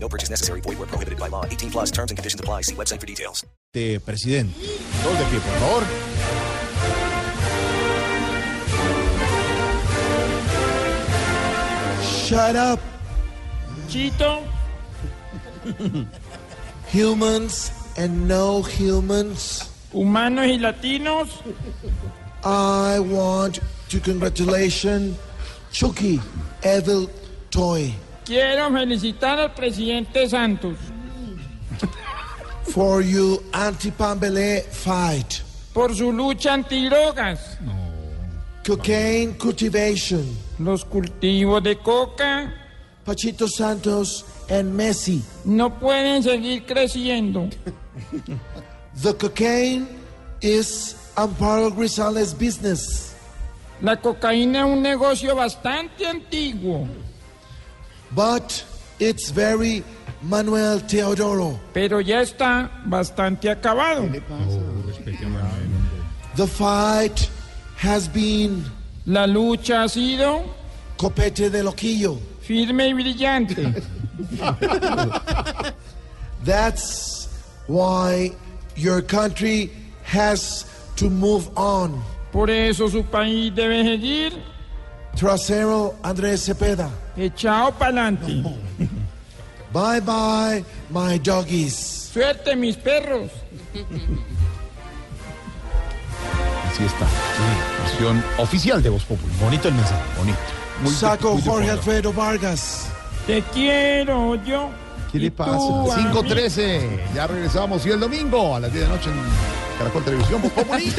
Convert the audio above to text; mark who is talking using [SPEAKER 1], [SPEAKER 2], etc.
[SPEAKER 1] No purchase necessary. Void where prohibited by law. 18 plus terms and conditions apply. See website for details.
[SPEAKER 2] de presidente. Todos de pie, por favor. Shut up,
[SPEAKER 3] Chito,
[SPEAKER 2] humans and no humans.
[SPEAKER 3] humanos y latinos,
[SPEAKER 2] I want to congratulate Chucky Evil Toy
[SPEAKER 3] quiero felicitar al presidente Santos
[SPEAKER 2] for your anti-pambele fight.
[SPEAKER 3] por su lucha antidrogas,
[SPEAKER 2] Cocaine cultivation.
[SPEAKER 3] los cultivos de coca.
[SPEAKER 2] Pachito Santos and Messi.
[SPEAKER 3] No pueden seguir creciendo.
[SPEAKER 2] The cocaine is Amparo Grisales' business.
[SPEAKER 3] La cocaína es un negocio bastante antiguo,
[SPEAKER 2] But it's very Manuel Teodoro.
[SPEAKER 3] pero ya está bastante acabado.
[SPEAKER 2] The fight has been
[SPEAKER 3] La lucha ha sido
[SPEAKER 2] Copete de Loquillo.
[SPEAKER 3] firme y brillante.
[SPEAKER 2] That's why your country has to move on.
[SPEAKER 3] Por eso su país debe seguir
[SPEAKER 2] Trasero Andres Cepeda.
[SPEAKER 3] echado para adelante.
[SPEAKER 2] Bye bye, my doggies.
[SPEAKER 3] Suerte, mis perros.
[SPEAKER 4] Así está. Versión oficial de Voz Popular. Bonito el mensaje. Bonito. Muy de-
[SPEAKER 2] Saco
[SPEAKER 4] muy de
[SPEAKER 2] Jorge
[SPEAKER 4] fondo.
[SPEAKER 2] Alfredo Vargas.
[SPEAKER 3] Te quiero yo.
[SPEAKER 4] ¿Qué
[SPEAKER 3] y
[SPEAKER 4] le
[SPEAKER 3] tú
[SPEAKER 4] pasa?
[SPEAKER 3] a mí.
[SPEAKER 4] 5.13. Ya regresamos. Y el domingo a las 10 de la noche en Caracol Televisión Voz Populi.